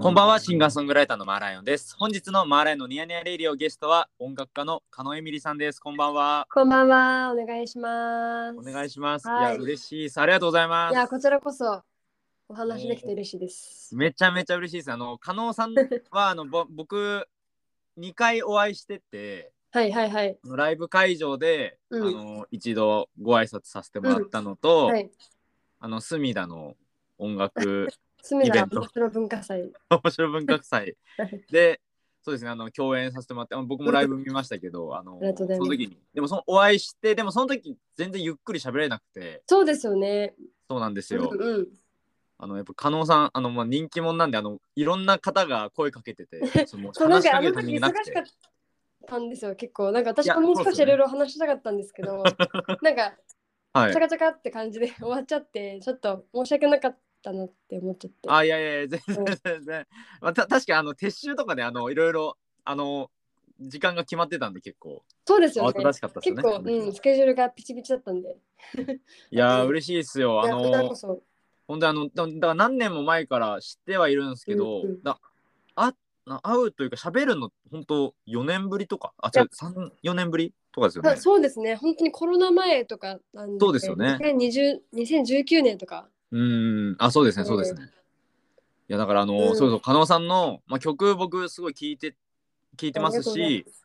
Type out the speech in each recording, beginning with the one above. こんばんは、シンガーソングライターのマーライオンです。本日のマーライオンのニヤニヤレイディオゲストは音楽家のカノエミリさんです。こんばんは。こんばんは、お願いします。お願いしします。いはいや、嬉しいです。ありがとうございまいや、す。こちらこそ、お話できて嬉しいです。めちゃめちゃ嬉しいです。あの、カノさんは、あの、ぼ僕、2回お会いしてて、はいはいはい。ライブ会場で、うんあの一度ご挨拶させてもらったのと、はい。あの隅田の音楽 隅イベ田ント面白文化祭。 面白文化祭はいでそうですねあの共演させてもらってあの僕も ライブ見ましたけどあのありがとそうございのます時にでもそのお会いしてでもその時全然ゆっくり喋れなくてそうですよね。そうなんですうんようん。あのやっぱ加納さんあの、まあ、人気者なんであのいろんな方が声かけて てそのそうな話んしかかあけるのタイミ時ングなく忙してかったんですよ、結構。なんか私いやももうそう少っしすよいねろいろ話したかったんです けど、なんか、はチャいカチャカって感じで終わっちゃって、ちょっと申し訳なかったなって思っちゃって。あいやいやいや全然全然、まあ、た確かにあの撤収とかであのいろいろあの時間が決まってたんで結構そうですよ慌ねた。だしかったですよ結ね。構、うん、スケジュールがピチピチだったんで。いやー嬉しいですよ。あいやこちらこのそ。本当にあのだだから何年も前から知ってはいるんですけど、うんうんだあな会うというか喋るの本当4年ぶりとかあい違やう三4年ぶりとかですよはねい。そうですね、本当にコロナ前とかなんそうですよね2020 2019年とか。うーんあそうですねうんそうですね。いやだからあの、うんそうそう加納さんの、まあ、曲僕すごい聞いて聞いてますありしがとうございます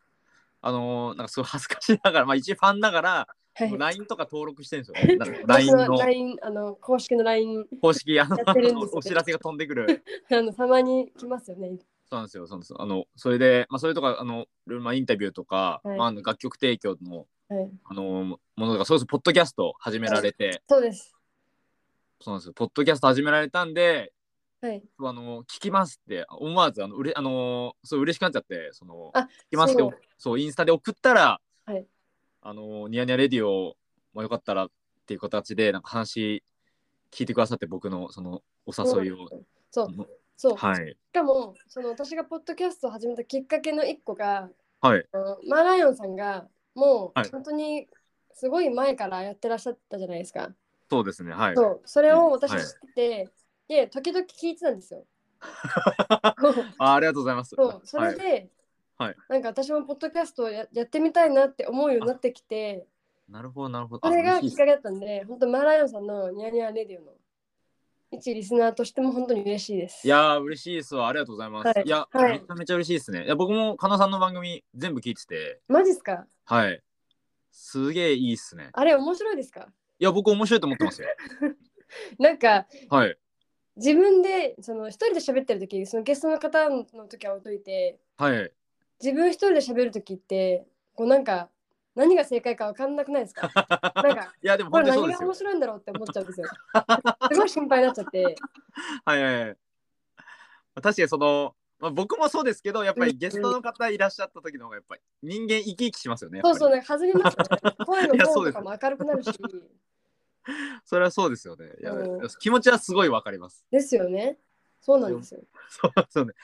あのーなんかすごい恥ずかしいながら、まあ、一ファンながら、はいもう LINE とか登録してるんです よ。なんか LINE の私の LINE、あの公式の LINE、公式あのやってるんですねお知らせが飛んでくる。 あのたまに来ますよね。そうなんですよ。そうなんですあのそれで、まあ、それとかあの、まあ、インタビューとか、はいまあ、あの楽曲提供のはい、あのものとか、そうそうポッドキャストを始められて、そうです。そうなんですよ。ポッドキャスト始められたんで、はい、あの聞きますって思わずあのうれあのそう嬉しくなっちゃって、その聞あきますってそそううインスタで送ったら、はいあのニヤニヤレディオまあよかったらっていう形でなんか話聞いてくださって僕のそのお誘いを。そう、そう。はい。しかも、その私がポッドキャストを始めたきっかけの一個が、はい。あのマーライオンさんがもはいう本当にすごい前からやってらっしゃったじゃないですか。そうですね。はい。そう、それを私は知いってて、で、時々聞いてたんで すよ。あありがとうございます。そう、そはれいで、はいなんか私もポッドキャストをややってみたいなって思うようになってきて、なるほど、なるほど。それあが嬉きしっいかでけだったんで、本当マーライオンさんのニヤニヤレディオの一リスナーとしても本当に嬉しいです。すいやー、嬉しいですわ。ありがとうございます。、はいいや、はいめちゃめちゃ嬉しいですね。いや、僕も加納さんの番組全部聞いてて、マジっすかはい。すげえいいっすね。あれ面白いですかいや、僕面白いと思って ますよ。なんかはい。自分でその一人で喋ってる時そのゲストの方の時は置いといてはい。自分一人で喋る時ってこうなんか何が正解か分かんなくないで すかなんかいや、でもこ本れ当にそうで何がすよ面。白いんだろうって思っちゃうんですよすごい心配になっちゃってはいはいはい。確かにその、まあ、僕もそうですけど、やっぱりゲストの方いらっしゃった時の方が、やっぱり人間生き生きしますよね。やそっうそう、ぱりなんか弾みま すよね。声いやのそトうーですンとかも明るくなるし、それはそうですよね。いやうん気持ちはすごいわかります。ですよね。そうなんですよ。 そうそうね。い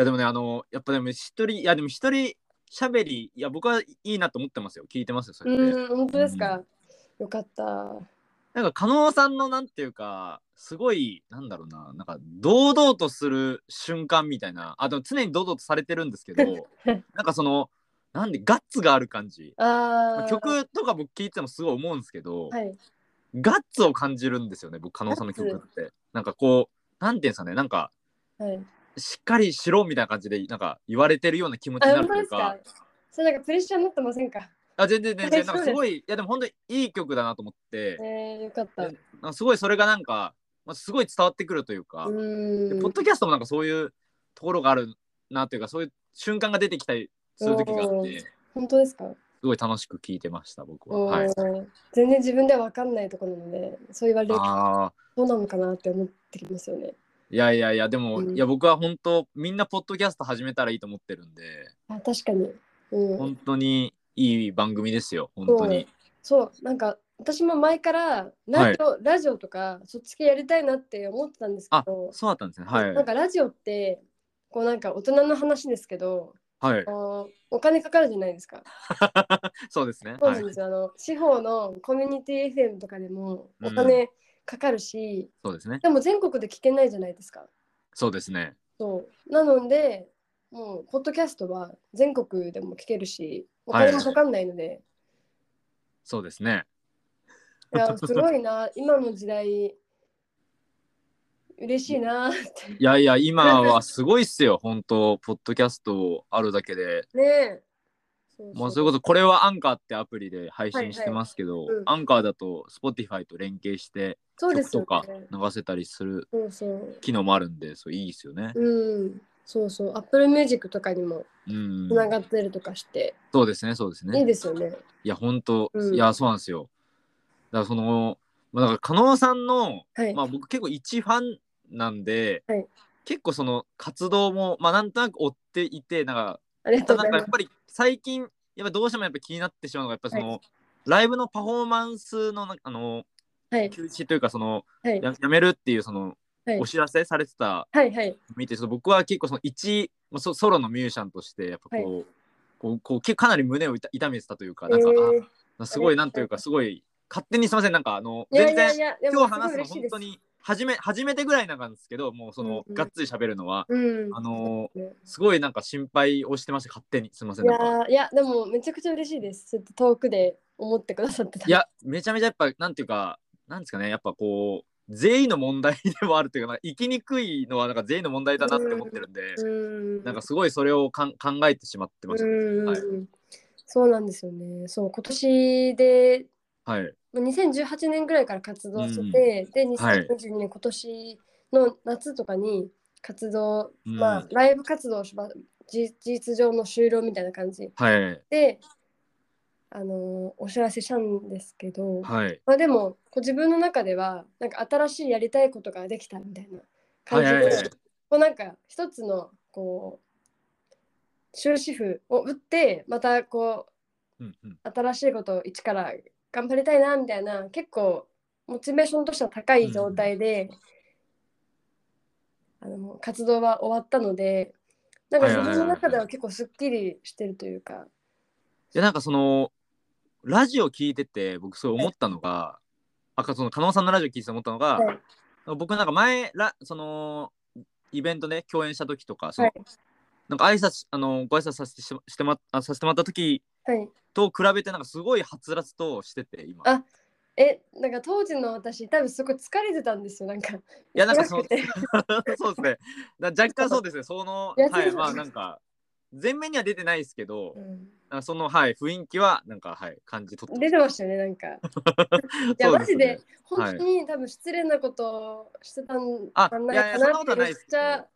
やでもね、あの、やっぱでも一人、いやでも一人喋り、いや僕はいいなと思ってますよ。聞いてますよ、そうれって。ん、本当ですか。よかった。なんか、加納さんのなんていうか、すごい、なんだろうな、なんか、堂々とする瞬間みたいな、あ、でも常に堂々とされてるんですけ ど、なんかその、なんでガッツがある感じ。あまああ。曲とか僕聞いてもすごい思うんですけど、はい。ガッツを感じるんですよね、僕、加納さんの曲ガって。なんかこう、なんていうんですかね、なんか、はい。しっかりしろみたいな感じで、なんか言われてるような気持ちあ、にな本ると当いでうすかか、。それなんかプレッシャーになってませんか。あ全然全然、大な丈夫んかすごい、いやでも本当にいい曲だなと思ってえ、ー、よかった。うなんかすごいそれがなんか、まあ、すごい伝わってくるというか、でーん。ポッドキャストもなんかそういうところがあるなというか、そういう瞬間が出てきたりする時があっおて、ーす本当ですか。ごい楽しく聞いてました、僕は。おはい、ー全然自分では分かんないところなので、そう言われるとああ、どうなのかなって思ってきますよね。いやいやいや、でも、うんいや僕は本当、みんなポッドキャスト始めたらいいと思ってるんで、あ、確かに。うん。本当にいい番組ですよ、本当に。そうなんか私も前からラジオ,、ラジオとかそっち系やりたいなって思ってたんですけど、そうだったんですね。はい。なんかラジオってこうなんか大人の話ですけどはいあ。のお金かかるじゃないですか。そうですね。そうはないん。ですよ、あの地方のコミュニティ FM とかでもうんお金かかるし、そうですね。でも全国で聞けないじゃないですか。そうですね。そうなのでもうポッドキャストは全国でも聞けるしおはい金もかかんないので、そうですね。い、やすごいな今の時代嬉しいなっていやいや、今はすごいっすよ、 本当ポッドキャストあるだけで。ねえそうもうそれこそ、これはアンカーってアプリで配信してますけど、はいはいうんアンカーだと Spotify と連携してそうで曲すよとねか流せたりするそうそう機能もあるんで、そういいっすよね。うんそうそうアップルミュージックとかにもうんつ。ながってるとかして、そうですね、そうですいいね。ですよねいや、本当、うんいや、そうなんですよ。だからその、まあ、だから、加納さんの、はい、まあ、僕結構一ファンなんで、はい結構その活動も、まあ、なんとなく追っていてなんかあ りがとなうんございかまやっすぱり最近やっぱどうしてもやっぱ気になってしまうのがやっぱその、はライブのパフォーマンスのなあのはい休止というかそのはいややめるっていうその、はいお知らせされてたはいはいの見てちょっと僕は結構その一まあソソロのミュージシャンとしてやっぱこう、こうこう結構かなり胸を痛痛めてたというかなんか、えーあすごいなんというかすごい勝手にすみませんなんかあのいや全いや然いやでも今日話すのす本ごい嬉しいです当に初め初めてぐらいなんですけどもうその、うんうんがっつり喋るのはうんあのそうですねすごいなんか心配をしてました勝手にすみませんいなんかやーいやでもめちゃくちゃ嬉しいです。ちょっと遠くで思ってくださってた。いやめちゃめちゃやっぱなんていうかなんですかねやっぱこう全員の問題でもあるというかなんか生きにくいのはなんか全員の問題だなって思ってるんでう、ーん。なんかすごいそれをかん考えてしまってまうした、ーん、はいそうなんですよね。そう今年ではいまあ2018年ぐらいから活動してて、ではい2022年、今年の夏とかに活動、うんまあライブ活動をしば事事実上の終了みたいな感じはいで、あのーお知らせしたんですけど。はいまあでもこう自分の中ではなんか新しいやりたいことができたみたいな感じで、はいはいはいこうなんか一つのこう終止符を打ってまたこうんうんう新しいことを一から頑張りたいなみたいな結構モチベーションとしては高い状態で、あの活動は終わったのでなんかはいはい自はい分の中では結構すっきりしてるというか、でなんかそのラジオ聞いてて僕そう思ったのが、あかその加納さんのラジオ聞いてて思ったのが、はい僕なんか前らそのイベントで共演した時とかその、はいなんか挨拶あのご挨拶させてししてまあさせてもらった時はい、と比べてなんかすごいはつらつとしてて今あえなんか当時の私多分すごい疲れてたんですよなんかいいやなんかそのて そうですねだ若干そうですねそのいやそうはでいすまあなんか前面には出てないですけど、うんなんかそのはい雰囲気はなんかはい感じ取って出てましたよ ねなんかいや、そうマすジねで本当に多分失礼なことをしてたんああんないやいやそかんななこっとはてなめいっですちゃ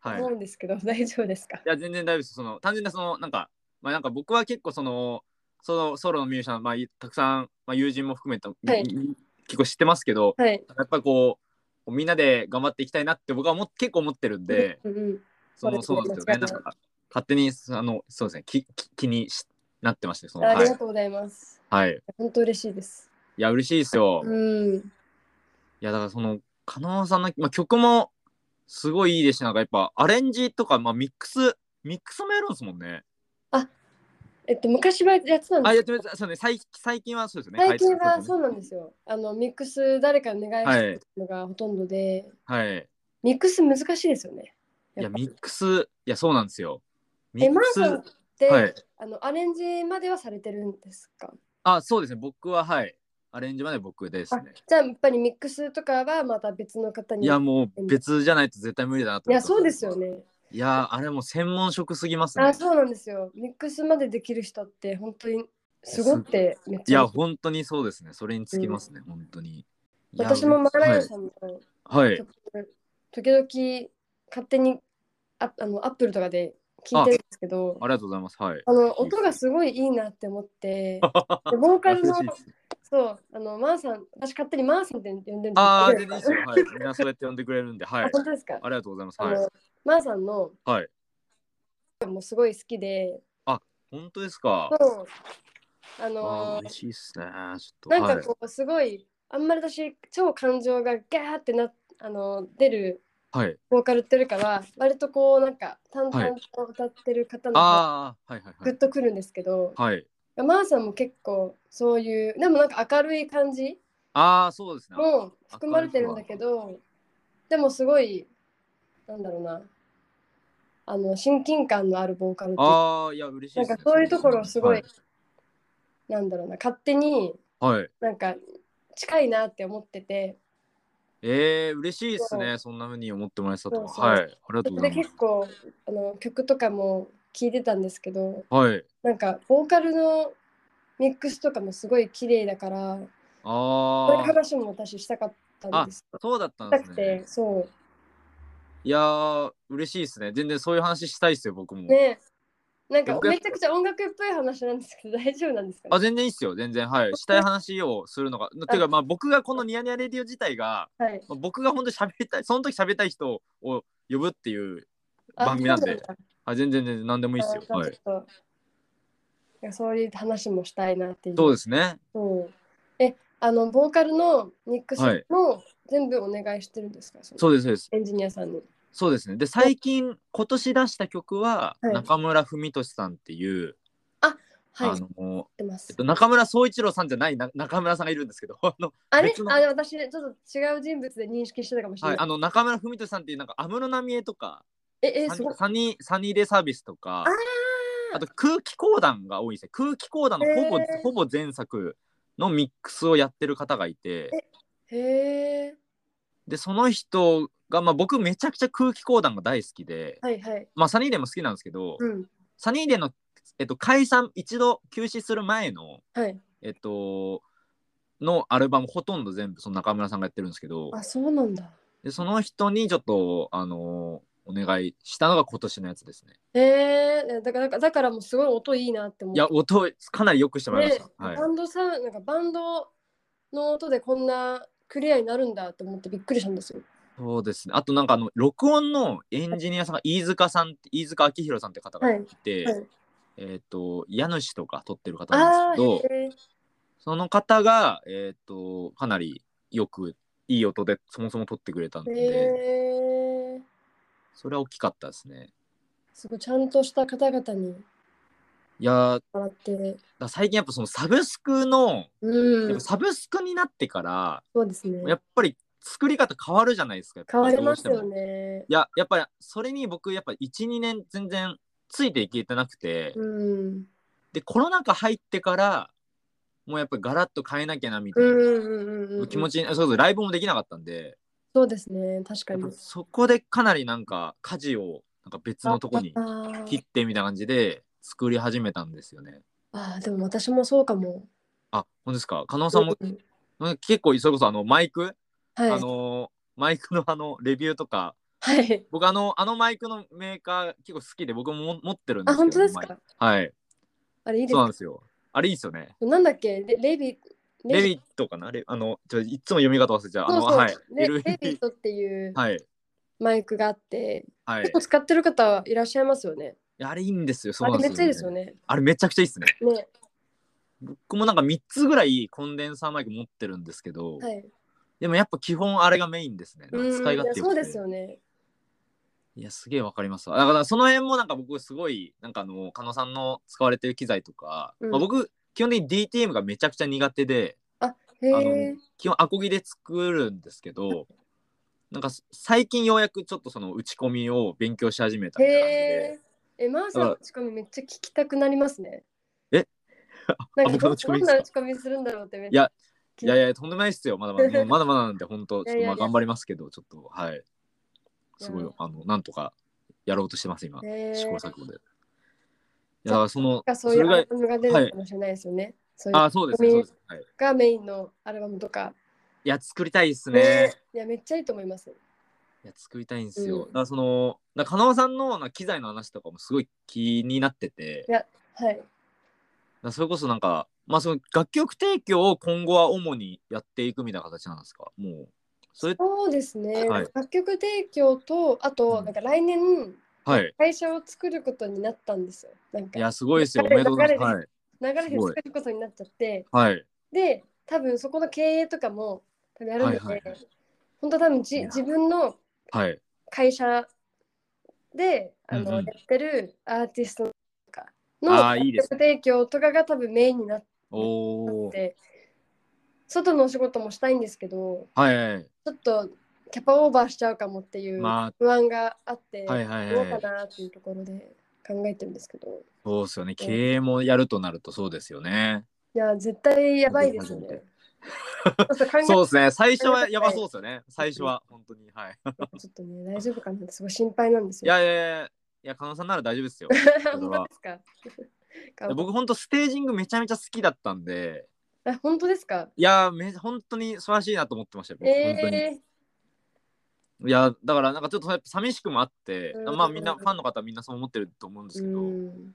はい思うんですけど、大丈夫ですかいや、全然大丈夫です。その、単純なその、なんか、まあ、なんか僕は結構その、そのソロのミュージシャン、まあ、いたくさん、まあ、友人も含めて、いみ結構知ってますけど、はいやっぱこう、みんなで頑張っていきたいなって僕はも結構思ってるんで、うんうん、そのそそううでなすんねですよね。な間違いなんくか、勝手に、あの、そうですね、きき気にしなってましたね。そのあはりがい、とうございます、はい。い本当嬉しいですや、嬉しいですよ。いうんや、だからその、加納さんの、まあ、曲もすごいいいですし、なんかやっぱアレンジとか、まあ、ミックス、ミックスもやるんですもんね。えっと昔はやってたんあ、いや、ですとりあえずそうね、最最近はそうですよね。最近はいはそうなんですよあのミックス誰かにお願いしてるのがほとんどで、はい。ミックス難しいですよねいや、っぱミックス、いや、そうなんですよ。ミえッマクースさん、って、はい。あのアレンジまではされてるんですかあ、そうですね。僕は、はい。アレンジまで僕ですね。じゃあやっぱりミックスとかはまた別の方にいや、もう別じゃないと絶対無理だなとい思っやてそうですよ。ねいや、あれもう専門職すぎますねあ。そうなんですよミックスまでできる人って本当にすごくてめっいちゃや、本当にそうですね。それにつきますね、本当に。いや私もマーライオンさんのはい。はい。曲、時々勝手にああのアップルとかで聞いてるんですけどありがとうございます。はい。あの音がすごいいいなって思ってでボーカ ルの嬉しいですそうあのマーさん私勝手にマーさんって呼んでるんですけどああ、全然いいですよ。はい。みんなそうやって呼んでくれるんで、はい。ああ本当ですかりがとうございます。あはいの。マーさんのはいもうすごい好きで本当ですか。そうああーのー嬉しいっすね。ちょっと。なんかこうすごいあんまり私超感情がガーってなあのー出るはい。はい、ボーカルってるから割とこうなんかは淡々と歌ってる方の方がああ、はいはいはグいッ。とくるんですけど、はい。マーさんも結構そういうでもなんか明るい感じああ、そうですね。も含まれてるんだけどでもすごいあなんだろうなあの親近感のあるボーカルっていうかああ、いや、嬉しいなでんすね、かそういうところすご、はいなんだろうな勝手にい。はい、なんか近いなって思っててええー、嬉しいですね。そんな風に思ってもらえてたとは。そうそうはい。ありがとうそごれざでいま結す。構あの曲とかも聴いてたんですけどはい。なんかボーカルのミックスとかもすごい綺麗だからそういうああ、話も私したかったんですそうだったんしたですくねて。そいやー、嬉しいですね。全然そういう話したいですよ、僕も。うねなんか僕やっめちゃくちゃ音楽っぽい話なんですけど 大丈夫なんですかあね全然いいっすよ全然はいしたい話をするのがていうかまあ僕がこのニヤニヤレディオ自体がはいまあ僕が本当に喋りたいその時喋りたい人を呼ぶっていうあ番組なんでそうだあ全然全然何でもいいっすよあはじゃあちいょっといやそういう話もしたいなっていうそうですねそうえあのボーカルのニックさはいんも全部お願いしてるんですか、そのそうですそうですエンジニアさんに。そうですねで最近今年出した曲ははい中村文俊さんっていう、はい、あ知っのてまえすっ。と、中村総一郎さんじゃないな中村さんがいるんですけど あの、あれ別のあの私ねちょっと違う人物で認識してたかもしれは、ないい。あの中村文俊さんっていうなんか安室奈美恵とかえ、え、サすニごい。サニーサニーデイサービスとかあーあと空気講談が多いですね空気講談のほぼ、へーほぼ前作のミックスをやってる方がいてへえ。でその人が、まあ、僕めちゃくちゃ空気講談が大好きで、はいはい。まあ、サニーデイも好きなんですけど、うん。サニーデイの、えっと、解散一度休止する前のはい。えっとのアルバムほとんど全部その中村さんがやってるんですけどあ、そうなんだ。でその人にちょっとあのお願いしたのが今年のやつですね。へえ。だから、だからだからもうすごい音いいなって思いって。や音かなり良くしてもらいましねた。はいバンドさん、なんかバンドの音でこんなクリアになるんだって思ってびっくりしたんですよ。そうですね。あとなんかあの録音のエンジニアさんが飯塚さんって飯塚明宏さんって方がいて、はいはいえっ、と家主とか撮ってる方なんあですけあー、ど、へえ。その方がえっ、とかなりよくいい音でそもそも撮ってくれたんで、へえ。それは大きかったですね。すごいちゃんとした方々にいやーだかもらって、ら最近やっぱそのサブスクの、うやっぱん、サブスクになってからそうですね。やっぱり作り方変わるじゃないですか。やっぱ変わりますどうよしてもね。いややっぱりそれに僕やっぱ12年全然ついていけてなくて。うん。でコロナ禍入ってからもうやっぱりガラッと変えなきゃなみたういんなうんうんうん。気持ちに、そうそうライブもできなかったんでそうですね。確かやっにぱ。そこでかなりなんか舵をなんか別のとこにあー切ってみたいな感じで作り始めたんですよね。あー、でも私もそうかも。あ本当ですか加納さんもうんうん結構それこそあのマイク、はい。あのマイクのあのレビューとかはい。僕あのあのマイクのメーカー結構好きで僕も持ってるんであ、すけど本当ですマイクか。はいあれいいでそうなんですすよあれいいですよねか。なんだっけ、レレビ。レビットかなレあのちょいつも読み方忘れちゃうそうあそのう、はいレ LED レビットっていうはい。マイクがあって、はい。結構使ってる方いらっしゃいますよね。あれいいんですよ。そ あうなんれめっでちすゃいよ、いですよね。あれめちゃくちゃいいですね。ね。僕もなんか3つぐらいコンデンサーマイク持ってるんですけど、はい。でもやっぱ基本あれがメインですね。なんうんか使い勝手いやよそくうてですよね。いや、すげえわかりますわ。だからその辺もなんか僕すごい、なんかあの、狩野さんの使われてる機材とか、うんまあ、僕、基本的に DTM がめちゃくちゃ苦手で、へあえの。基本アコギで作るんですけ ど、なんか最近ようやくちょっとその打ち込みを勉強し始めたみたいな感じへで、え。え、マーさんの打ち込みめっちゃ聞きたくなりますね。えなあん僕のかど打ち込みどでんすかな打ち込みするんだろうってめっいちゃ。やいやいや、とんでもないっすよ。ま だまだ、もうまだまだなんで、本当、いちょっとやいやまいやあ頑張りますけど、ちょっと、はい。すごいいや、あの、なんとかやろうとしてます、今。へえ試行錯誤で。いや、だからその、がそそういれうアがル、バムが出はるいかもしれないですよね。そういうあ、そうですね、そうです。はい、いがメインのアルバムとか。や、作りたいですねね。いやめっちゃいいと思います。いや、作りたいんですよ。うんだから、その、だから、加納さんのなんか機材の話とかもすごい気になってて、だかはい。らそれこそなんか、まあ、その楽曲提供を今後は主にやっていくみたいな形なんですかもう、それ、そうですね。はい楽曲提供とあと、うんなんか来年はい。会社を作ることになったんですよ。なんいかや、すごいですよ。おめでとうございます。流れすでごい作ることになっちゃって。はい。はい。で多分そこの経営とかも多分やるので、はいはいはい本当多分じいや自分のはい。会社であの、うんうんやってるアーティストとかあのーいい ですね提供とかが多分メインになっおー。て外のお仕事もしたいんですけどはいはいはい。ちょっとキャパオーバーしちゃうかもっていうまあ不安があって、はいはいどうはかい。なっていうところで考えてるんですけど、そうですよね。経営もやるとなるとそうですよね。いや、絶対やばいですよね。ちょっと考えそうですね。最初はやばそうですよね。最初は本当に。はい。ちょっとね、大丈夫かなってすごい心配なんですいよ。やいやいや、いや、加納さんなら大丈夫ですよ。本当ですか頑張っ僕本当ステージングめちゃめちゃ好きだったんで、あ本当ですかいや、め本当に素晴らしいなと思ってましたよ。僕本当に。えいやだからなんかちょっとやっぱ寂しくもあって、うんまあみんなファンの方はみんなそう思ってると思うんでー、すけど、うん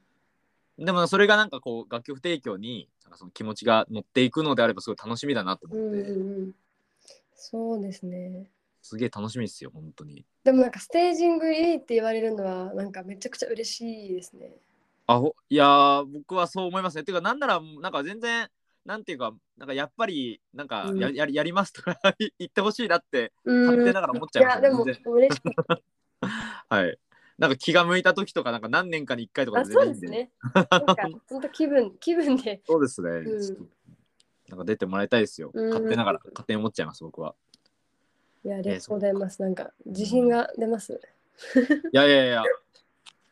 でもそれがなんかこう楽曲提供になんかその気持ちが乗っていくのであればすごい楽しみだなとう思んって、うんうんそうですね。すげえ楽しみですよ本当にでもなんかステージングいいって言われるのはなんかめちゃくちゃ嬉しいですね。あほいやー僕はそう思いますねていうかなんならなんか全然なんていうかなんかやっぱりなんかや,、うんやりやりますとか 言ってほしいなってうん勝手いながら思っちゃいまやしたねでも全然嬉しい。はいなんか気が向いた時とかなんか何年かに1回とかあでそう全然いでいんですね。なんか本当気分 気分で。そうですね、うんちょっとなんか出てもらいたいですよ、うん勝手ながら勝手に思っちゃいます僕はいやありがとうございます。なんか自信が出ます。いやいやいや。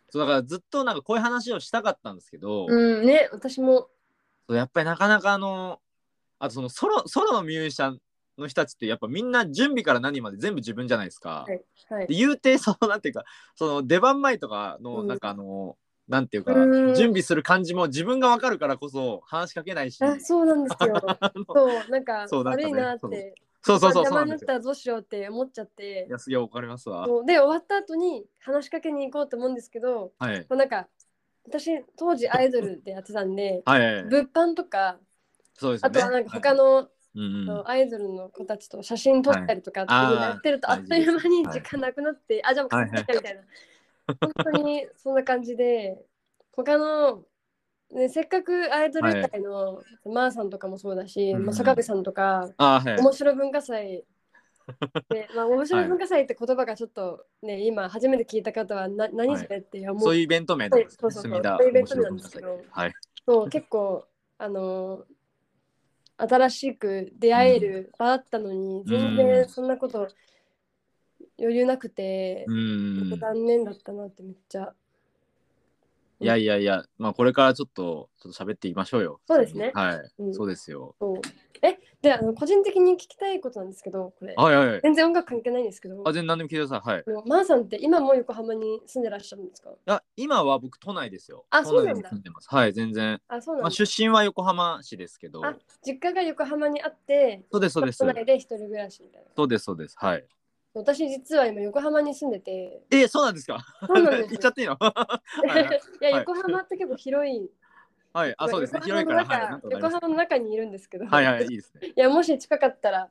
そうだからずっとなんかこういう話をしたかったんですけど、うんね私も。そうやっぱりなかなかあのあとそのソロソロのミュージシャンの人たちってやっぱみんな準備から何まで全部自分じゃないですか。はいはいで。言うてそのなんていうかその出番前とかのうんなんかあの、なんていうかうん準備する感じも自分がわかるからこそ話しかけないし。あそうなんで すよ。そうなんかそうなんかね悪いなって。そうそうそうそうな邪魔んにでなっすよ。たらどうしようって思っちゃってい。やすげえわかりますわ。そうで終わった後に話しかけに行こうと思うんですけど、はい。、もうなんか私当時アイドルでやってたんではい。物販とかそうですよあね。とはなんかはい他の、うんうん。アイドルの子たちと写真撮ったりとかっていうのやってるとはあいあーっという間に大事時で間なくなって、あじゃあもうはい帰ってきたみたいな、本当にそんな感じで他の、ね、せっかくアイドル界の、まーさんとかもそうだし、うんまあ、坂部さんとか、あーはい。面白文化祭 で、まあ、面白文化祭って言葉がちょっとね、今初めて聞いた方はな何それって思うそういうイベント名なんですね。そうそうそう墨田そういうイベン面ト名な白んいですけ祭どはい。そう結構あのー新しく出会える場だったのに、全然そんなこと余裕なくてう、ん。残念だったなってめっちゃいやいやいや、まあこれからちょっとちょっと喋っていきましょうよ。そうですねはい。うんそうですよ。そうえであの個人的に聞きたいことなんですけどこれはいはいはい。あ、全然音楽関係ないんですけど全然何でも聞いてください。はい。あのマーさんって今も横浜に住んでらっしゃるんですかあ、今は僕都内ですよ。あ都そうな内んにだ住んでます。はい、全然。あそうまなあんだ出身は横浜市ですけど。あ実家が横浜にあってそうですそうです都。内で一人暮らしみたいなそうですそうです。はい。私実は今横浜に住んで てえ、そうなんですか。そうなん です行よっちゃっていいの。はいはい いや、はい横浜って結構広い。はい。あ、そうですね。広いから。はい。なんとかなり横ます浜の中に いるんですけど、、はいはいい、いいですね。や、もし近かったら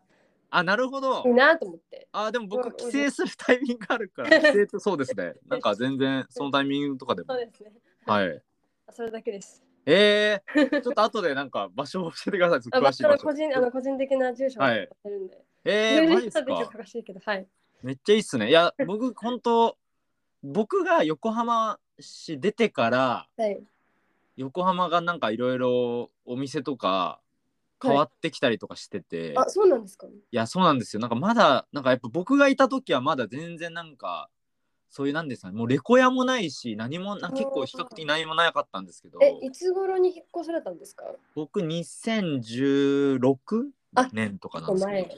あ、なるほどいい。なと思って。あ、でもう僕ん帰省するタイミングあるから。帰省 ってそうですね。なんか全然そのタイミングとかでもそう。ですね。はい。それだけです。えー、ちょっと後でなんか場所を教えてください。 あ、詳しい私の場所個。人あの個人的な住所をはやいってるんで。えメー、 マールジしですたらできるかか。おかしいけど、はい。めっちゃいいっすね。いや、僕、本当僕が横浜市出てから、はい。横浜がなんかいろいろお店とか変わってきたりとかしてて、い、あ、そうなんですか。や、そうなんですよ。なんかまだ、なんかやっぱ僕がいた時はまだ全然なんか、そういうなんですかね、もうレコ屋もないし、何もな、結構比較的何もなかったんですけど、え、いつ頃に引っ越されたんですか。僕2016あ年とかなんおですけ前ど。。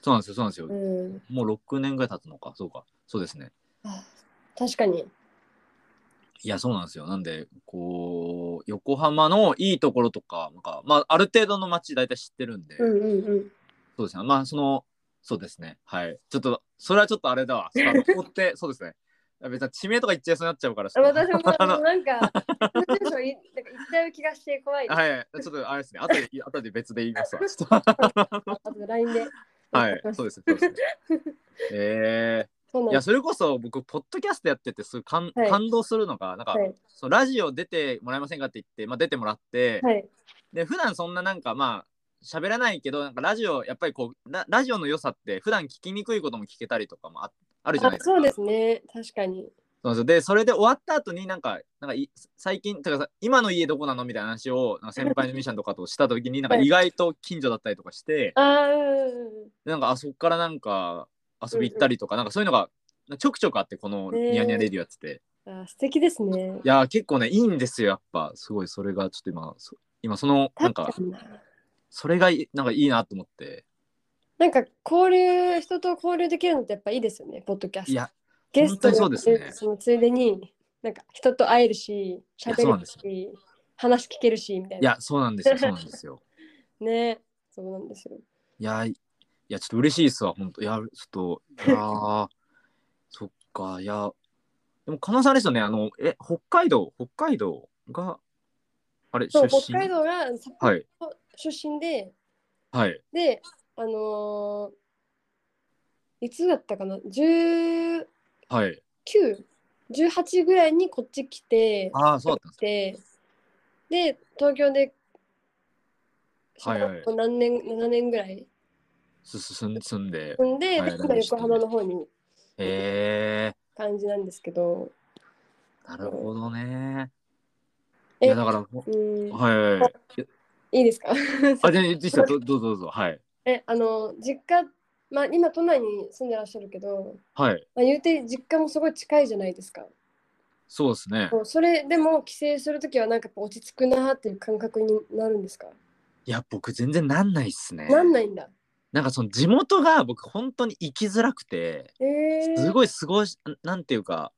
そうなんですよ、そうなんですよう。ん。もう6年ぐらい経つのか、そうか、そうですね。あ確かに。いや、そうなんですよ。なんで、こう、横浜のいいところとか、なんか、まあ、ある程度の街大体知ってるんで、うんうんうん。そうですね。まあ、その、そうですね。はい。ちょっと、それはちょっとあれだ わ。ちょっと追って、そうですね。別に地名とか言っちゃいそうになっちゃうから、ちあょっと私もあ あののなんか、この住所い、なんか言っちゃう気がして怖い。い。はい、ちょっとあれですね。後で、後で別で言い ますわ。ちょっとあとで LINE で。はい、そうですね。そうですね。えそうー、ないんでやす。それこそ僕ポッドキャストやっててすごい感,、はい感動するのがなんか、はいそのラジオ出てもらえませんかって言って、まあ、出てもらって、はい。で普段そんななんかまあ喋らないけどなんかラジオやっぱりこうララジオの良さって普段聞きにくいことも聞けたりとかもああるじゃないあですか。そうですね、確かに。そうなんですよでそれで終わった後になんかなんかい最近とかさ今の家どこなのみたいな話をなんか先輩のミュージシャンとかとした時になんかはい意外と近所だったりとかしてああ、うんうんうんでなんかあそこからなんか遊び行ったりとか、なんかそういうのがちょくちょくあってこの「へーニヤニヤレディオ」やってて、あ素敵ですねい。やー結構ねいいんですよやっぱすごいそれがちょっと今そ今そのなんか確かになそれがいなんかいいなと思ってなんか交流、人と交流できるのってやっぱいいですよね、ポッドキャスト。いやゲスト本当にそうですねでそのついでに、なんか人と会えるし、やそう喋なんでれるすし、話聞けるし、みたいいな。やそうなんですよそうなんですよね。そうなんですよ。いやーいやちょっと嬉しいっすわ本当いやちょっといやー そっかいやでも狩野さんあれですよねあのえ北海道北海道があれ出そう、身北海道が札はい幌出身で、はいで、あのーいつだったかな、19、はい18ぐらいにこっち来て、ああそうだったんですねでで東京ではいはい小学校何年7年ぐらいすすすん住んで住んで,、はい何で今して横んの浜の方にへえ感じなんですけどー、なるほどねいえやだからほうんはいはいはいいいですか あじゃあいいですよどどうぞどうぞはいえあの実家、まあ、今都内に住んでらっしゃるけど、はいまあ、言うて実家もすごい近いじゃないですかそうですねそうそれでも帰省するときはなんかやっぱ落ち着くなーっていう感覚になるんですか、いや僕全然なんないっすねなんないんだなんかその地元が僕本当に行きづらくてえー、すいごい過ごしなんていうか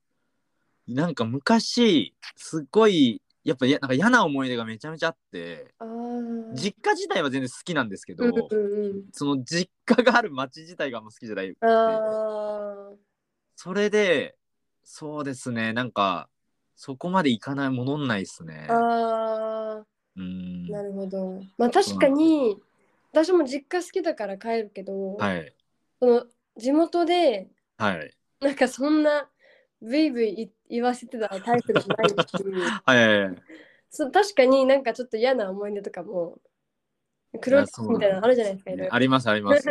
なんか昔すごいやっぱやなんか嫌な思い出がめちゃめちゃあってあー実家自体は全然好きなんですけど、うんうんその実家がある町自体があんま好きじゃないうんあーそれでそうですねなんかそこまでいかない戻んないですねあーうんなるほど。まあ確かに、私も実家好きだから帰るけど、はいその地元ではいなんかそんなブイブイい言わせてたタイプでも ないしはいはいそう確かになんかちょっと嫌な思い出とかも黒いみたいなのあるじゃないですか。いろいろありますあり ます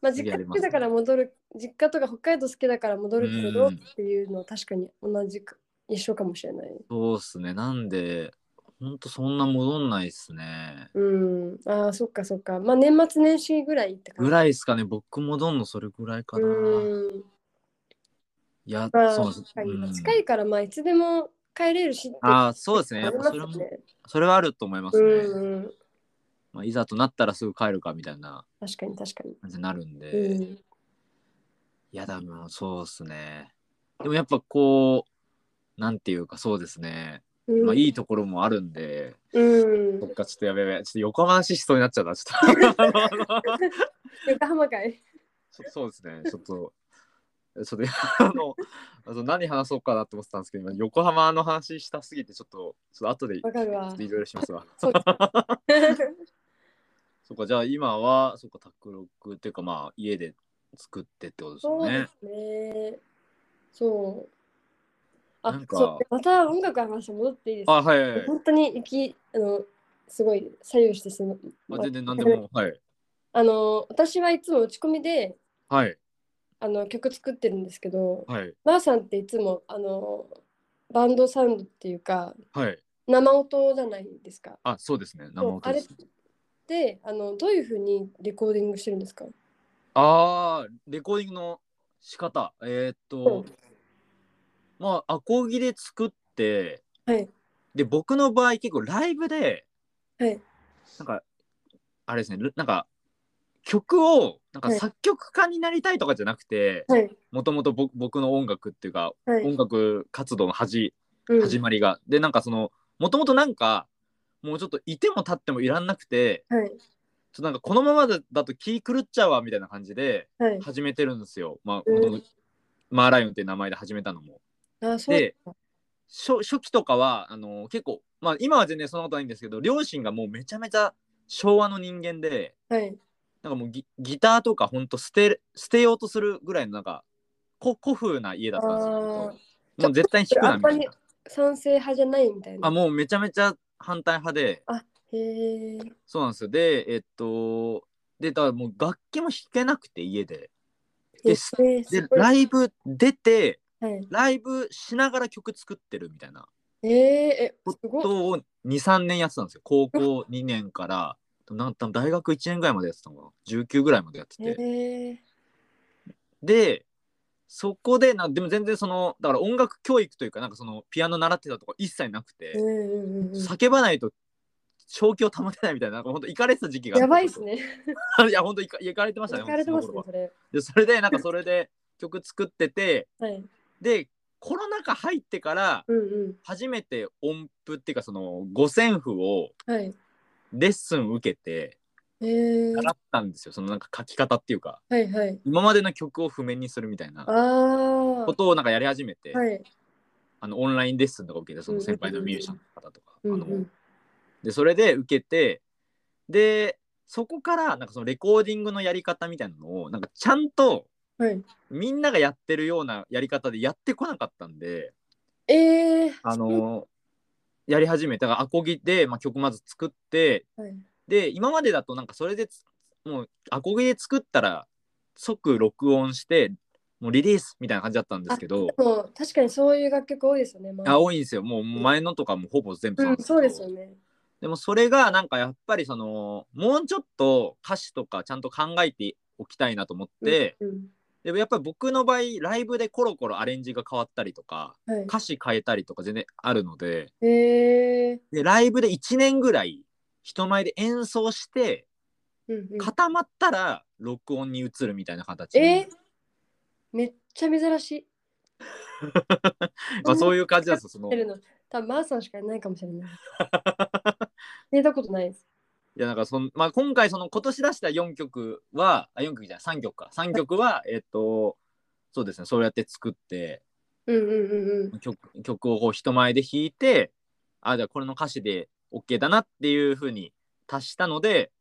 まあ実家好きだから戻る、実家とか北海道好きだから戻るけどうっんていうのは確かに同じか一緒かもしれない。そうっすねなんでほんとそんな戻んないっすねうん。ああ、そっかそっか。まあ年末年始ぐらいってぐ感じ。らいっすかね僕戻んのそれぐらいかなうん。いやまあ、そうなんです確かにうん近いから、まあ、いつでも帰れるしってああそうですねあやっりぱまそすれよもね。それはあると思いますうね、んうん、まあ、いざとなったらすぐ帰るかみたいな確かに確かに。感じになるんで、うん、いや、でもそうっすね。でもやっぱこう、なんていうかそうですね。うんまあいいところもあるんで、うんそっ、か、ちょっとやべやべ、ちょっと横浜の話しそうになっちゃうな、ちょっと。あの 横浜会。ちょっと そうですね、ちょっと。ちょっと あのあの何話そうかなって思ってたんですけど今横浜の話したすぎてちょっとちょっと後でちょわかるわっといろいろしますわ そうです そっかじゃあ今はそっか宅録っていうかまあ家で作ってってことですそようでねすね。そう。あなん、かそう。また音楽の話戻っていいですかあはいはい、はい本当に行き、あの、すごい左右してしまう。あ、全然何でもはいあの、私はいつも打ち込みで、はいあの、曲作ってるんですけど、はいばあさんっていつも、あの、バンドサウンドっていうか、はい生音じゃないですか。あ、そうですね。生音あでれす。であのどういうふうにレコーディングしてるんですかああー、レコーディングの仕方。えーっと、まあ、アコギで作って、はいで、僕の場合、結構ライブで、はいなんか、あれですね、ルなんか、曲を、なんかはい作曲家になりたいとかじゃなくて、はいもともと僕僕の音楽っていうか、はい。音楽活動の始うん始まりが。で、なんかその、もともとなんか、もうちょっといても立ってもいらんなくて、はいちょっとなんかこのままだだと気狂っちゃうわみたいな感じで、はい。始めてるんですよ。まあ、うん元々マーライオンっていう名前で始めたのも。あそうで初初期とかはあの結構、まあ、今は全然そんなことないんですけど両親がもうめちゃめちゃ昭和の人間ではいなんかもうギギターとかほんと捨て捨てようとするぐらいのなんかこ古風な家だったんですよ。あもう絶対弾くなあんみまたいりな。賛成派じゃないみたいな。あもうめちゃめちゃ反対派であへえ。そうなんですよ。でえっとでだからもう楽器も弾けなくて家で。でえすえですごいライブ出てはいライブしながら曲作ってるみたいな。えー、えこすごい。とを23年やってたんですよ高校2年からなん多分大学1年ぐらいまでやってたのかな19ぐらいまでやってて、えー、でそこでなでも全然そのだから音楽教育というかなんかそのピアノ習ってたとか一切なくて、うんうんうん叫ばないと正気を保てないみたいななんか本当行かれてた時期があってやばいっすね。 いや本当いか行かれてましたね疲れてますその頃は、ねそれ。でそれでなんかそれで曲作っててはい。でコロナ禍入ってからうんう初めて音符っていうかその五線譜をん。はい。レッスン受けてえー、習ったんですよそのなんか書き方っていうかはいはい。今までの曲を譜面にするみたいなああこ。とをなんかやり始めて、はい。あのオンラインレッスンとか受けてその先輩のミュージシャンの方とか、うんうあのん。でそれで受けてでそこからなんかそのレコーディングのやり方みたいなのをなんかちゃんとはい。みんながやってるようなやり方でやってこなかったんで、えー。あのやり始めたがアコギで、まあ、曲まず作ってはい。で今までだとなんかそれでつもうアコギで作ったら即録音してもうリリースみたいな感じだったんですけどもう確かにそういう楽曲多いですよね。まああ多いんですよもう前のとかもほぼ全部うなんん、ですけどそうですよね。でもそれがなんかやっぱりそのもうちょっと歌詞とかちゃんと考えておきたいなと思って、うんでやっぱり僕の場合ライブでコロコロアレンジが変わったりとかうんはい。歌詞変えたりとか全然あるのでえー。でライブで1年ぐらい人前で演奏してうんうん固まったら録音に移るみたいな形にえー、めっちゃ珍しい。まあ、そういう感じなんですよそのやるの多分マーさんしかいないかもしれ ない。聞いたことないです。いやなんかその、まあ、今回その今年出した4曲はあ4曲じゃない3曲か3曲はえっ、とそうですねそうやって作ってうんうんうんうん。曲曲をこう人前で弾いてあじゃあこれの歌詞で OK だなっていう風に達したので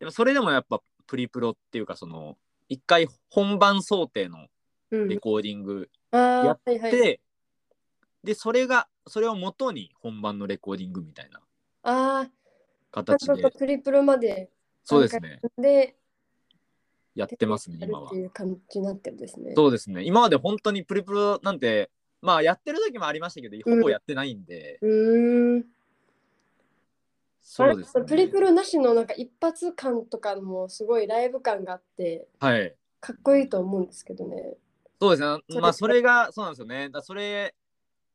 でもそれでもやっぱプリプロっていうかその一回本番想定のうんレコーディングやあっーはいはで、い。でそれがそれを元に本番のレコーディングみたいなああ、形ちゃんでとプリプロまでそうですねでやってますねやる今はって。いう感じになってるんですね。そうですね今まで本当にプリプロなんてまあやってる時もありましたけどほぼやってないんで、うーん。あそれうですねプリプロなしのなんか一発感とかもすごいライブ感があってはいかっこいいと思うんですけどね。そうですね。それまあそれがそうなんですよね。だからそれ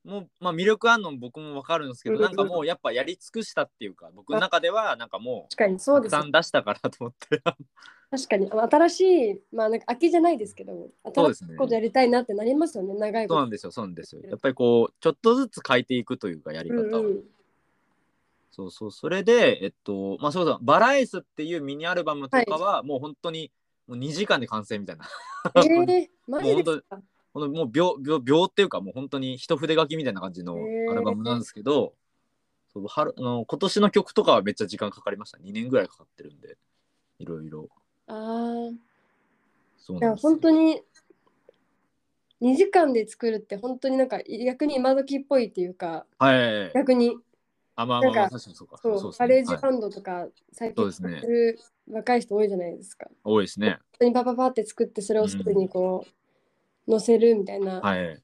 もまあ魅力あんのも僕もわかるんですけど、うんうんなんかもうやっぱやり尽くしたっていうか、僕の中ではなんかもう確かにそうたでくすさん出したからと思って。確かにあの新しいまあなんか空きじゃないですけどそう新でしすねいことやりたいなってなりますよね長いこそうなと。んですよ。そうなんですよ。やっぱりこうちょっとずつ変えていくというかやり方を。うんうんそうそう。それでえっとまあそうそうバラエスっていうミニアルバムとかはもう本当にもう2時間で完成みたいな。 えー、マジですかこのもう秒秒秒っていうかもう本当に一筆書きみたいな感じのへーアルバムなんですけど、そう春あの今年の曲とかはめっちゃ時間かかりました2年ぐらいかかってるんでいろいろあーそういなんやですよ本当に2時間で作るって本当になんか逆に今時っぽいっていうかはい逆にあまあまあまなあんか確かにそうかそうそうですガレージね、バはいンドとか最そう近ですねやってる若い人多いじゃないですか。多いですね本当にパパパって作ってそれをすぐにこう載せるみたいな、はい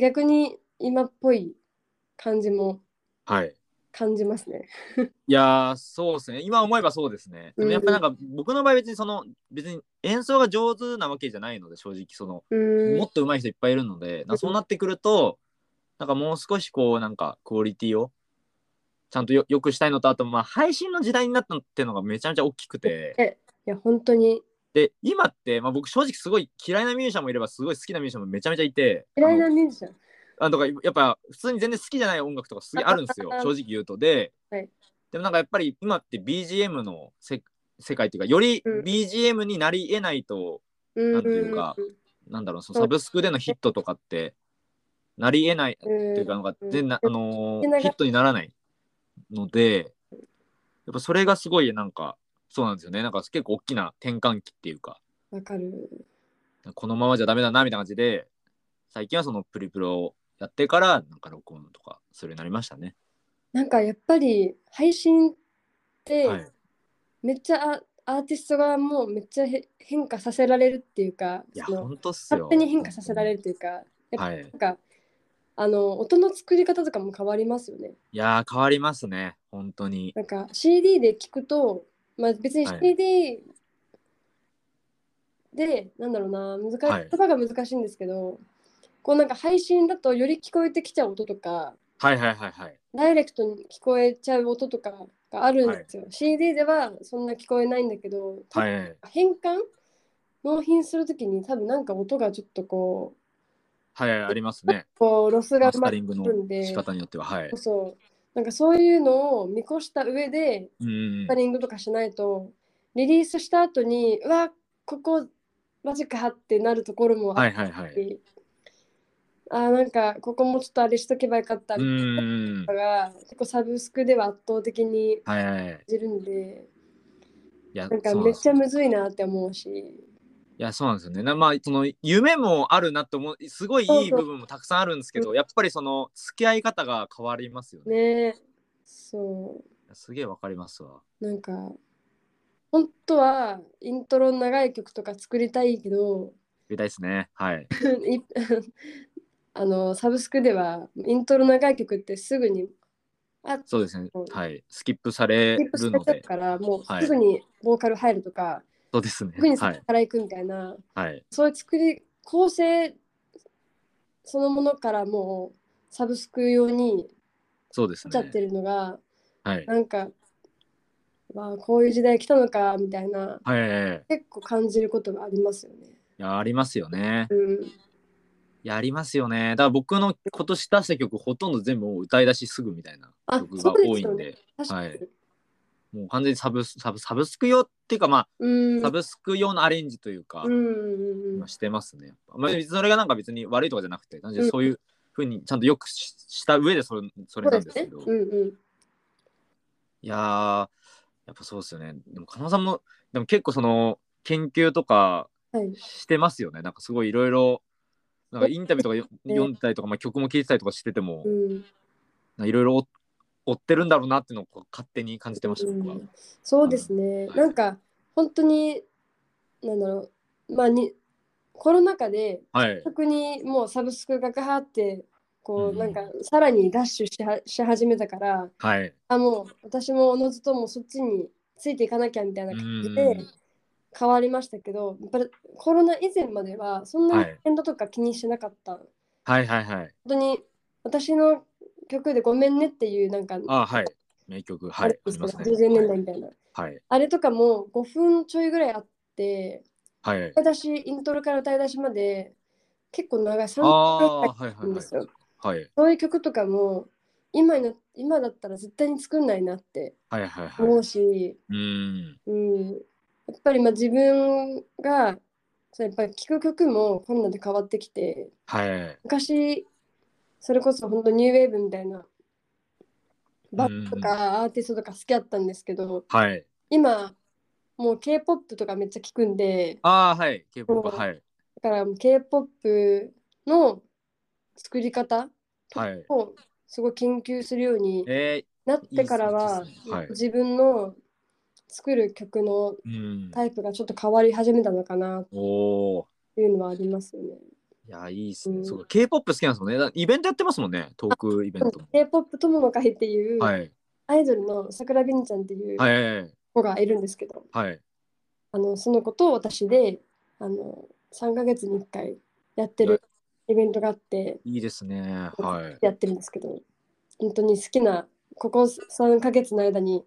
逆に今っぽい感じもはい感じますね。いやーそうですね今思えばそうですねでもやっぱなんか僕の場合別にその別に演奏が上手なわけじゃないので正直そのうーんもっと上手い人いっぱいいるので、なそうなってくると、なんかもう少しこう、なんかクオリティをちゃんとよよくしたいのと、あと、まあ、配信の時代になったっていうのがめちゃめちゃ大きくて、えいや本当にで、今って、まあ、僕正直すごい嫌いなミュージシャンもいれば、すごい好きなミュージシャンもめちゃめちゃいて、嫌いなあのミュージシャン。、あとか、やっぱ普通に全然好きじゃない音楽とかすげえあるんですよ 正直言うと。で、はいでもなんかやっぱり今って BGM のせ世界っていうか、よりうん BGM になり得ないと、うんなんていうかなんだろう、そのそサうブスクでのヒットとかって、なり得ない、うんっていうかなんかうん全な、あのー聞けながらヒットにならないのでやっぱそれがすごいなんかそうなんですよねなんか結構大きな転換期っていうかわかる。このままじゃダメだなみたいな感じで最近はそのプリプロをやってからなんか録音とかするようになりましたね。なんかやっぱり配信ってはいめっちゃアアーティストがもうめっちゃへ変化させられるっていうかいやその本当っすよ。勝手に変化させられるというかやっぱはいなんかあの音の作り方とかも変わりますよね。いやー変わりますね本当に。なんか CD で聞くと、まあ、別にはい CD でなんだろうな難し、はい言葉が難しいんですけどこうなんか配信だとより聞こえてきちゃう音とかはいはいはいはい。ダイレクトに聞こえちゃう音とかがあるんですよ、CD ではそんな聞こえないんだけど、はいはい変換納品するときに多分なんか音がちょっとこはいはい、ありますね。うこうロスがマ生スタまリれングてのるんで仕方によっては。はいそう。そうなんかそういうのを見越した上でうんうんマスタリングとかしないとリリースした後にうわここマジかってなるところもはあいっはいはいて、。あーなんかここもちょっとあれしとけばよかったうみたいんうんうんなのが、結構サブスクでは圧倒的にはいはいはい。感じるんでいや、なんかそうめっですちゃむずいなって思うしいやそうなんですよね。なまあその夢もあるなと思うすごいいい部分もたくさんあるんですけどやっぱりその付き合い方が変わりますよね。ねそうすげえわかりますわ。なんか本当はイントロの長い曲とか作りたいけど 見たいですね。はい。いあのサブスクではイントロ長い曲ってすぐにあそうですねうん。はい。スキップされスキップさるれのちゃうで。からもうはいすぐにボーカル入るとか、そうですねすぐに。そはこい。から行くみたいな、はい。そういう作り構成そのものからもうサブスク用にそうですなっちゃっね。てるのが、はい。なんか、まあ、こういう時代来たのかみたいなはいはいはい。結構感じることがありますよね。いやありますよね。うんいやありますよね。だから僕の今年出した曲ほとんど全部もう歌い出しすぐみたいなあ曲が多いそうんでで。確かに、はいもう完全にサブスサブサブスク用っていうかまうあんサブスク用のアレンジというか、うんうんうんまあしてますね。やっぱまあ、それがなんか別に悪いとかじゃなくて、単純にそういうふうにちゃんとよくしした上でそれそそれうなでんすですけねど、。うんうん。いやー、やっぱそうですよね。でも、加納さんも、でも結構その研究とかはい。してますよね。なんかすごいいろいろ、なんかインタビューとかよね読んでたりとか、まあ、曲も聴いてたりとかしててもう、ん。なんかいろいろ追ってるんだろうなっていうのをこう勝手に感じてました、僕は。うんそうですね。はいなんか本当になんだろう。まあにコロナ禍ではい。特にもうサブスクがガーってこう、うんなんかさらにダッシュしはし始めたからはい。あもう私もおのずともうそっちについていかなきゃみたいな感じうでん変わりましたけどやっぱりコロナ以前まではそんなにはいトレンドとか気にしてなかった、はいはいはい。本当に私の曲でごめんねっていうなんかああ、はい。名曲、はあいる。あんでりすけまど、すね。 80年代みたいな、はい。あれとかも5分ちょいぐらいあってはい。はい、歌い出しイントロから歌い出しまで結構長い3あ分あ、ぐらはいはいいあるんはでいす。よ、はい。そういう曲とかも今にな今だったら絶対に作んないなってはいはいはい。思ううし、ーん。うん、やっぱりまあ自分がそうやっぱり聴く曲もコロナで変わってきてはい。昔それこそ本当ニューウェーブみたいなバンドとかアーティストとか好きだったんですけどはい。今もう k p o p とかめっちゃ聴くんでああ、はい。k p o そう p はい。だから k p o p の作り方はい。をすごい研究するようにえなってからいはいですねはい自分の作る曲のー、うん。タイプがちょっと変わり始めたのかなっおお。ていうのはありますよね。いや、いいっすうね。んそうか、K-POP 好きなんですもんね。だイベントやってますもんね。トークイベントも。 K-POP 友の会っていうはい。アイドルの桜紅ちゃんっていうはいはいはい。子がいるんですけど、はい。あのその子と私であの3ヶ月に1回やってはるイベントがあっていいですね。はい。やってるんですけど、本当に好きなここ3ヶ月の間に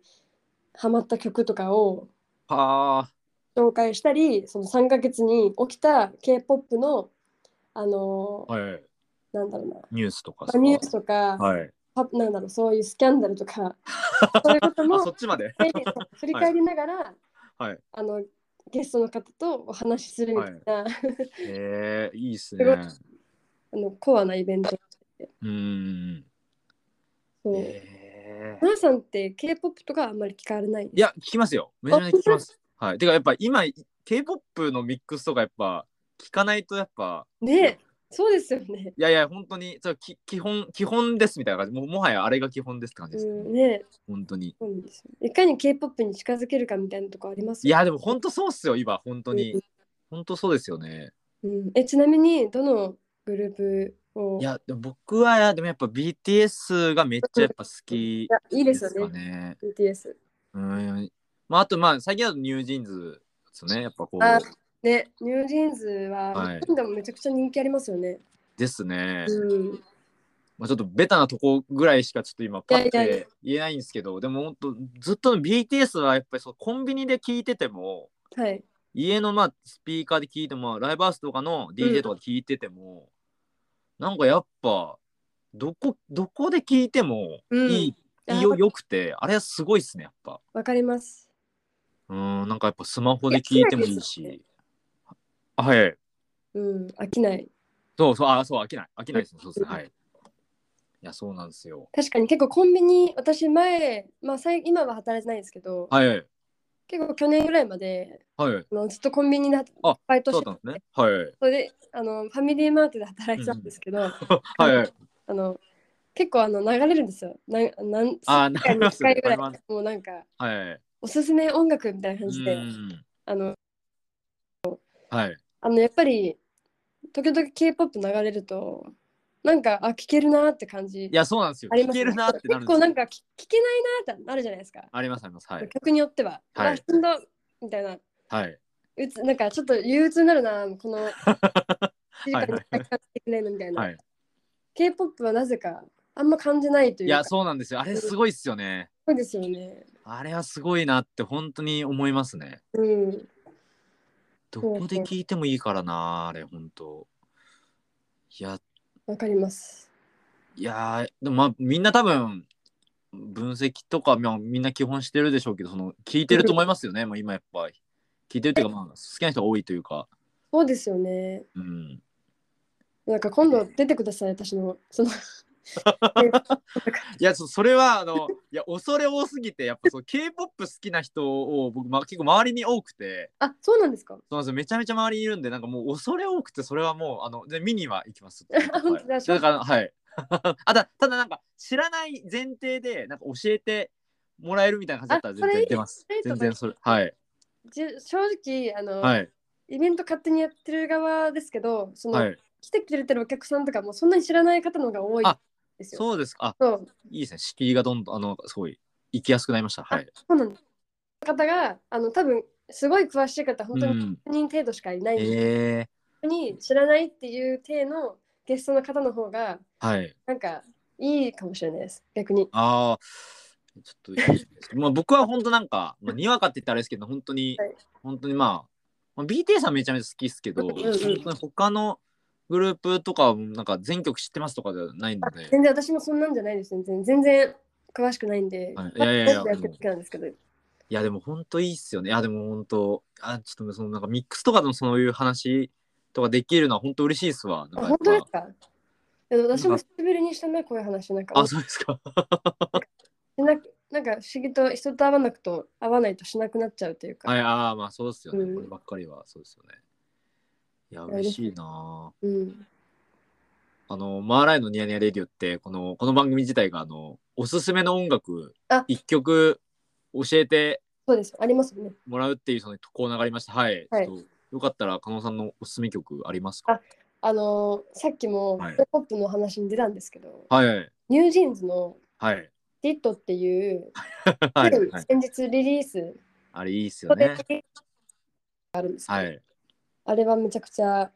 ハマった曲とかをはあ。紹介したりその3ヶ月に起きた K-POP のあのーはい。なんだろうなニュースとかまあニュースとか、はい。パなんだろうそういうスキャンダル とかそういうことあ、もそっちまで。で振り返りながら、はい。あのゲストの方とお話しするみたいな、えー、いいっすすごいね。 あのコアなイベント。うーん。そうえーナナさんって K-POP とかあんまり聞かれないいや、聞きますよ。めちゃめちゃ聞きます。はい。てか、やっぱ今、K-POP のミックスとかやっぱ、聞かないとやっぱ、ねそうですよね。いやいや、本当に、そうき基本、基本ですみたいな感じ。もうもはやあれが基本ですって感じうです、ねん、ね本当に。そうなんですよいかに K-POP に近づけるかみたいなとこありますいや、でも本当そうっすよ、今、本当うにん。本当そうですよね。うん、えちなみにどのグループをいや、でも僕は、いやでもやっぱ BTS がめっちゃやっぱ好きいやいいでですすよかね、ね。 BTS。うん。まあ、あと、まあ、最近だとニュージーンズですね。やっぱこあう、ね、ニュージーンズははい、日本でもめちゃくちゃ人気ありますよね。ですね。うん。まあ、ちょっとベタなとこぐらいしかちょっと今パッいやいやいやて言えないんですけどでも本当ずっと BTS はやっぱりそうコンビニで聞いててもはい。家のまあスピーカーで聞いてもライブハウスとかの DJ とかで聞いてても、なんかやっぱどこどこで聞いてもうんいい、あいいよよくてあれはすごいっすねやっぱわかります。うんなんかやっぱスマホで聞いてもいいいやそうしあはいうん。飽きない。そうそうあそう飽きない飽きないですねそうですねうんはいいやそうなんですよ確かに結構コンビニ、私前、まあ最今は働いてないですけど、はいはい結構去年ぐらいまではいあのずっとコンビニでバイトそしうだてったんですねはいそれであのファミリーマートで働いてたんですけど、はいはいあの結構あの流れるんですよ。なんなん あ数回流れますねに一回ぐらいわかりもうなんかはいおすすめ音楽みたいな感じで、うんあのはいあのやっぱり時々 K-POP 流れるとなんかあ聴けるなって感じいやそうなんですよあり聞ますけねるなってなるん結です構よなんかき聴けないなってなるじゃないですか、ありますありますはい曲によっては、はいあしんどいみたいなはい。うつなんかちょっと憂鬱になるな この一時間に一回聴けないのみたいな、はい K-POP はなぜかあんま感じないといいうかや、そうなんですよ。あれすごいっすよね。そうですよねあれはすごいなって本当に思いますね。うんどそうこで聞いてもいいからな、あれ本当。いや、わかりますいやー、でもまあみんな多分、分析とかまあみんな基本してるでしょうけど、その聞いてると思いますよ ね。もう今やっぱり。聞いてるっていうか、まあ好きな人が多いというか。そうですよねうん。なんか今度出てください私のそ のいや、そそれはあ の、いや、恐れ多すぎて、やっぱそう K-POP 好きな人を僕、まあ、結構周りに多くて、あそうなんですかそうなんですよめちゃめちゃ周りにいるんで、なんかもう恐れ多くて、それはもう、あの、で見には行きます。あ 本当だはいだから、はい。 あだただ、なんか、知らない前提で、なんか教えてもらえるみたいな感じだったら、あそ全れいい然出ますそれいい。と全思い然それ。はい。じゅ正直あの、はい。イベント勝手にやってる側ですけどその、はい。来てくれてるお客さんとかもそんなに知らない方の方が多いあですよ。そうですか。あ、そうそういいですね。敷居がどんどん、あの、すごい、行きやすくなりました。はい。なんです。方があの多分すごい詳しい方本う当にん。 1人程度しかいないのに、え知らないっていう体のゲストの方の方がー、はい。なんかいいかもしれないです逆に。ああ、ちょっといいですね、まあ僕は本当なんか、まあ、にわかって言ったらあれですけど、本当に、はい本当にまあ、まあ、BTS はめちゃめちゃ好きですけど、うんうん本当に他のグループとかはなんか全曲知ってますとかではないので、全然私もそんなんじゃないですね全然全然詳しくないんで、はいいやいやいや僕やってるだけなんですけどいやでも本当いいっすよね。いやでも本当、あちょっとそのなんかミックスとかでもそういう話とかできるのは本当嬉しいっすわ。なんかやあっ本当でぱすかでも私も久しぶりにしたなこういう話なんかあ、そうですか。しなくなんか不思議と人と会わなくと会わないとしなくなっちゃうというか、はい、ああ、まあそうですよね。うんこればっかりはそうですよね。いや、や嬉嬉しいしいなあうん、あの、マーライのニヤニヤレディオって、この、この番組自体が、あの、おすすめの音楽あ、一曲教えてそうですありますよねもらうっていう、その、コーナーがありまして、はい。はいちょっとよかったら、加納さんのおすすめ曲ありますかあのーさっきもはい k p o p の話に出たんですけど、はい。はい。ニュージーンズのはい。 「ディット」っていう、はい。先日リリース、あれ、いいっすよね。あるんですけど、はい。あれはめちゃくちゃ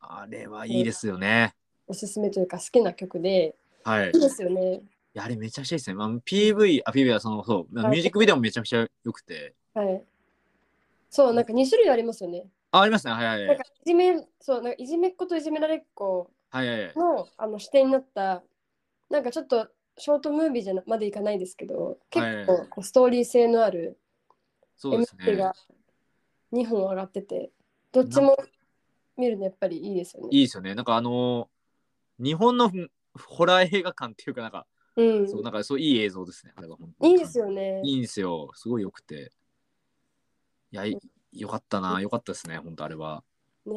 あれはいいですよね。おすすめというか好きな曲ではい。いいいですよねや、あれめちゃくちゃいいですね。まあ、PV、あ、PV はその、そう、ミュはいージックビデオもめちゃくちゃ良くて。はいそうなんか2種類ありますよねあ、ありますね。はいはいなはんいか。いじめそうなんかいじめっ子といじめられっ子はいはいはい。のあの視点になったなんかちょっとショートムービーじゃなまでいかないですけど結は構いこうストーリー性のあるそうです MV ねが。2本上がってて、どっちも見るのやっぱりいいですよね。いいですよね。なんかあのー日本のふホラー映画館っていうかなんか、うん、そうなんかそういい映像ですね。あれは本当にいいですよね。いいんですよ。すごい良くて。いや、いよかったな。よかったですね。本当あれは。ね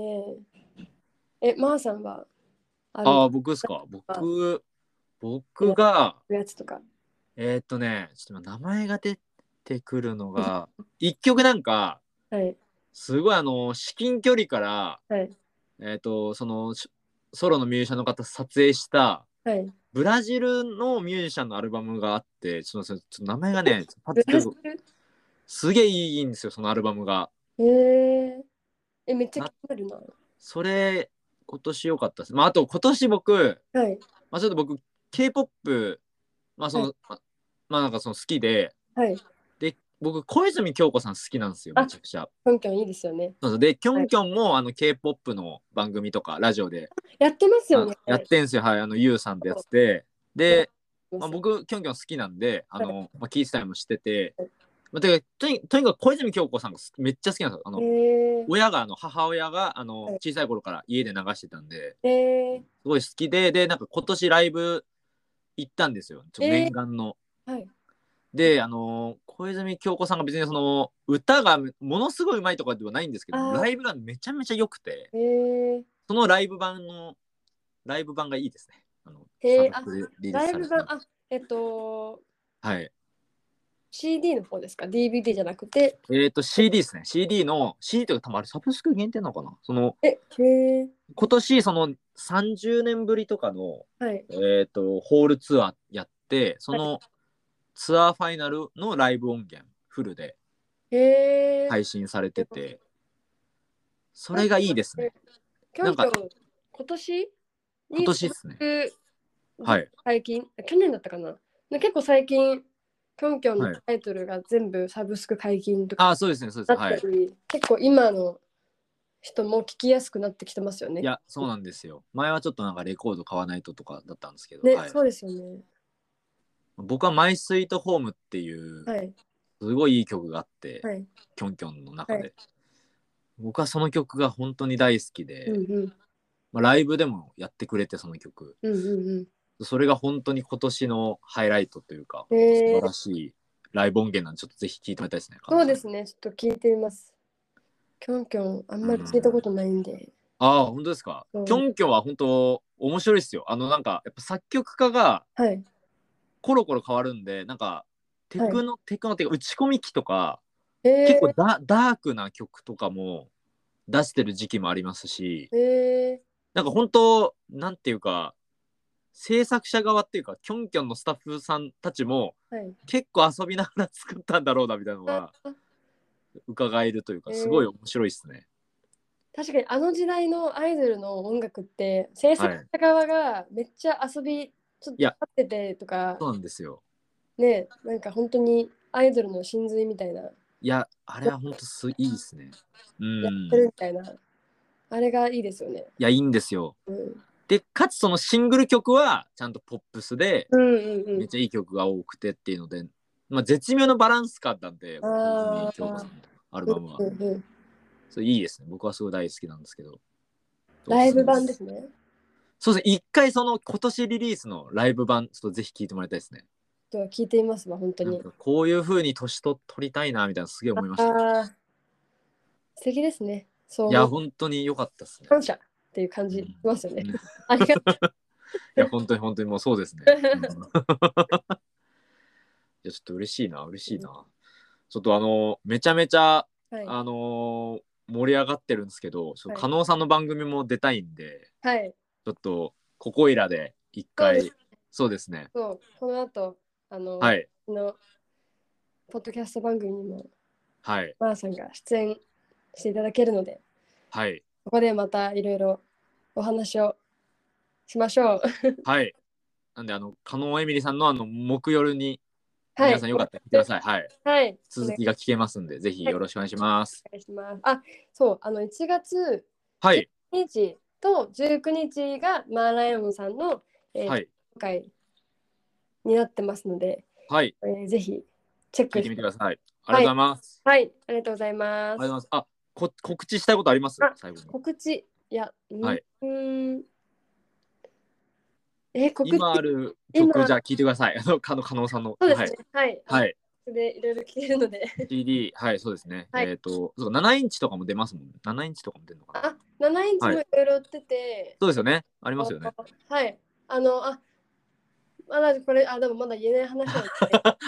え。え、まー、さんはあああ、る僕ですか。僕、僕が、やつとか。えーっとね、ちょっと今名前が出てくるのが、一曲なんか、はい。すごいあのー至近距離から、はい。えーっと、その、しソロのミュージシャンの方撮影した、はい。ブラジルのミュージシャンのアルバムがあって、ちょっとすいませんちょっと名前がね、パッブとラ出ジてこルすげえいいんですよ、そのアルバムが。へええ、めっちゃ気になるな。それ今年良かったですまああと今年僕、はい。まあ、ちょっと僕 K-POP まあその、はままあなんかその好きではい。僕小泉京子さん好きなんですよあめちゃくちゃキョンキョンいいですよね。そうそうできょんきょんも、あの K-POP の番組とかラジオでやってますよね。あやってんすよはいあのゆうさんってやつでで、まあ、僕僕きょんきょん好きなんであはの、まあ、キースタイムしててはい、まあ、てかとにとにかく小泉京子さんがすめっちゃ好きなんですよあの、え親があの母親があの、はい小さい頃から家で流してたんでー、えすごい好きででなんか今年ライブ行ったんですよちょえー念願の。ー、はい。であの小泉京子さんが別にその歌がものすごいうまいとかではないんですけどあーライブがめちゃめちゃ良くてえー、そのライブ版のライブ版がいいですね。あのへーサブスクでリリーラスイされブてる版、あ、えっと、はい CD の方ですか ?DVD じゃなくて。えっ、と CD ですね。CD の CD というかたまれサブスク限定なのかな。そのえ、へえ今年その30年ぶりとかのー、はい。えっ、とホールツアーやってそのツアーファイナルのライブ音源フルでへえー、配信されてて、それがいいですね。キョンキなんョン、今年今年ですね。にはい。最近、去年だったかな結構最近、キョンキョンはいのタイトルが全部サブスク解禁とかあそうですねそうですなね。はっいた。り、結構今の人も聞きやすくなってきてますよね。いやそうなんですよ。前はちょっとなんかレコード買わないととかだったんですけど、ね、はい、そうですよね。僕は「マイスイートホームっていうはい。すごいいい曲があって。はい。キョンキョンの中で、はい僕はその曲が本当に大好きで、うんうん。まあ、ライブでもやってくれてその曲うんうんそれが本当に今年のハイライトというか、うん。え素ー晴、らしいライブ音源なんでちょっとぜひ聴いてもらいたいですねそうですね。ちょっと聞いてみます。キョンキョン、あんまり聞いたことないんで。ああ本当ですか、うんキョンキョンは本当面白いですよあのなんかやっぱ作曲家がはい。コロコロ変わるんでなんかテクノ、テクノっていうか打ち込み機とか、えー、結構ダダークな曲とかも出してる時期もありますし、えなんか本当なんていうか制作者側っていうかキョンキョンのスタッフさんたちもー、はい。結構遊びながら作ったんだろうなみたいなのがあ伺えるというかえーすごい面白いですね。確かにあの時代のアイドルの音楽って制作者側がめっちゃ遊びちょっとい立やっててとかそうなんですよ。ねなんか本当にアイドルの真髄みたいなやいやあれは本当すいいですね。うん。いってるみたいな、あれがいいですよね。やいいんですよ。うん、でかつそのシングル曲はちゃんとポップスでうん、うんうめっん。ちゃいい曲が多くてっていうので、まあ、絶妙のバランス感なんであー京子さんのアルうバムはんうんうん、そういいですね。僕はすごい大好きなんですけど。ライブ版ですね。そうですね、一回その今年リリースのライブ版、ちょっとぜひ聞いてもらいたいですね。ちょっと聞いてみますわ、本当なんに。かこういう風に年と取りたいなみたいなすげえ思いました。ああ、素敵ですね。そういや、本当に良かったですね。感謝っていう感じしますよね。うんいありがとう。や、本当に本当にもうそうですね。うん いや、ちょっと嬉しいな、嬉しいな。ちょっとあの、めちゃめちゃ、はあのー盛り上がってるんですけど、ちょっはいと加納さんの番組も出たいんで、い。はい。ちょっと、ここいらで一そうで回、そうですね。そう、この後、あの、はい、のポッドキャスト番組にもはい、マーさんが出演していただけるのではい、ここでまたいろいろお話をしましょう。はい。なんで、あの、加納エミリさんのあの、木曜に、はい、皆さんよかったら聞いてください。はい。はい、続きが聞けますんで、ぜひよろしくお願いします。お願いします。あそうあの1月はい。 1日と19日がマーライオンさんの、えーはい。会になってますので、はい。えーぜひチェッ聞クいてみてください。ありがとうございます。はいありがとうございまあす。りがとうございます。あ、こ告知したいことありますあ最後に。告知いや、うんはいうーんえー告知今ある今曲、じゃあ聞いてください。あの、 かの、加納さんの。そうではすい。ね。はい。。はい い。でいろいろ聞けるので。 CD、はい、そうですね。はいえっ、と、そうか、7インチとかも出ますもんね。7インチとかも出るのかな。あ、7インチもいろいろ売ってて。そうですよね。あありますよね。。はい。あの、あ、まだこれ、あ、でもまだ言えない話な んで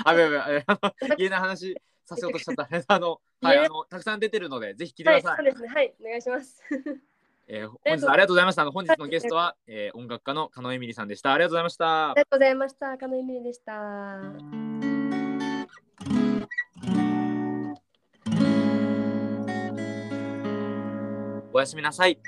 あ、やべやべやべ。 言えない話させようとしちゃった。あの、はい、あの、たくさん出てるので、ぜひ聞いてくはい、だそさうですね。はい、お願い します。えー本ありがとうございます日はありがとうございました。あの本日のゲストは、えー音楽家の狩野エミリさんでした。ありがとうございましたあり。がとうございました。かのゆみりでした。おやすみなさい。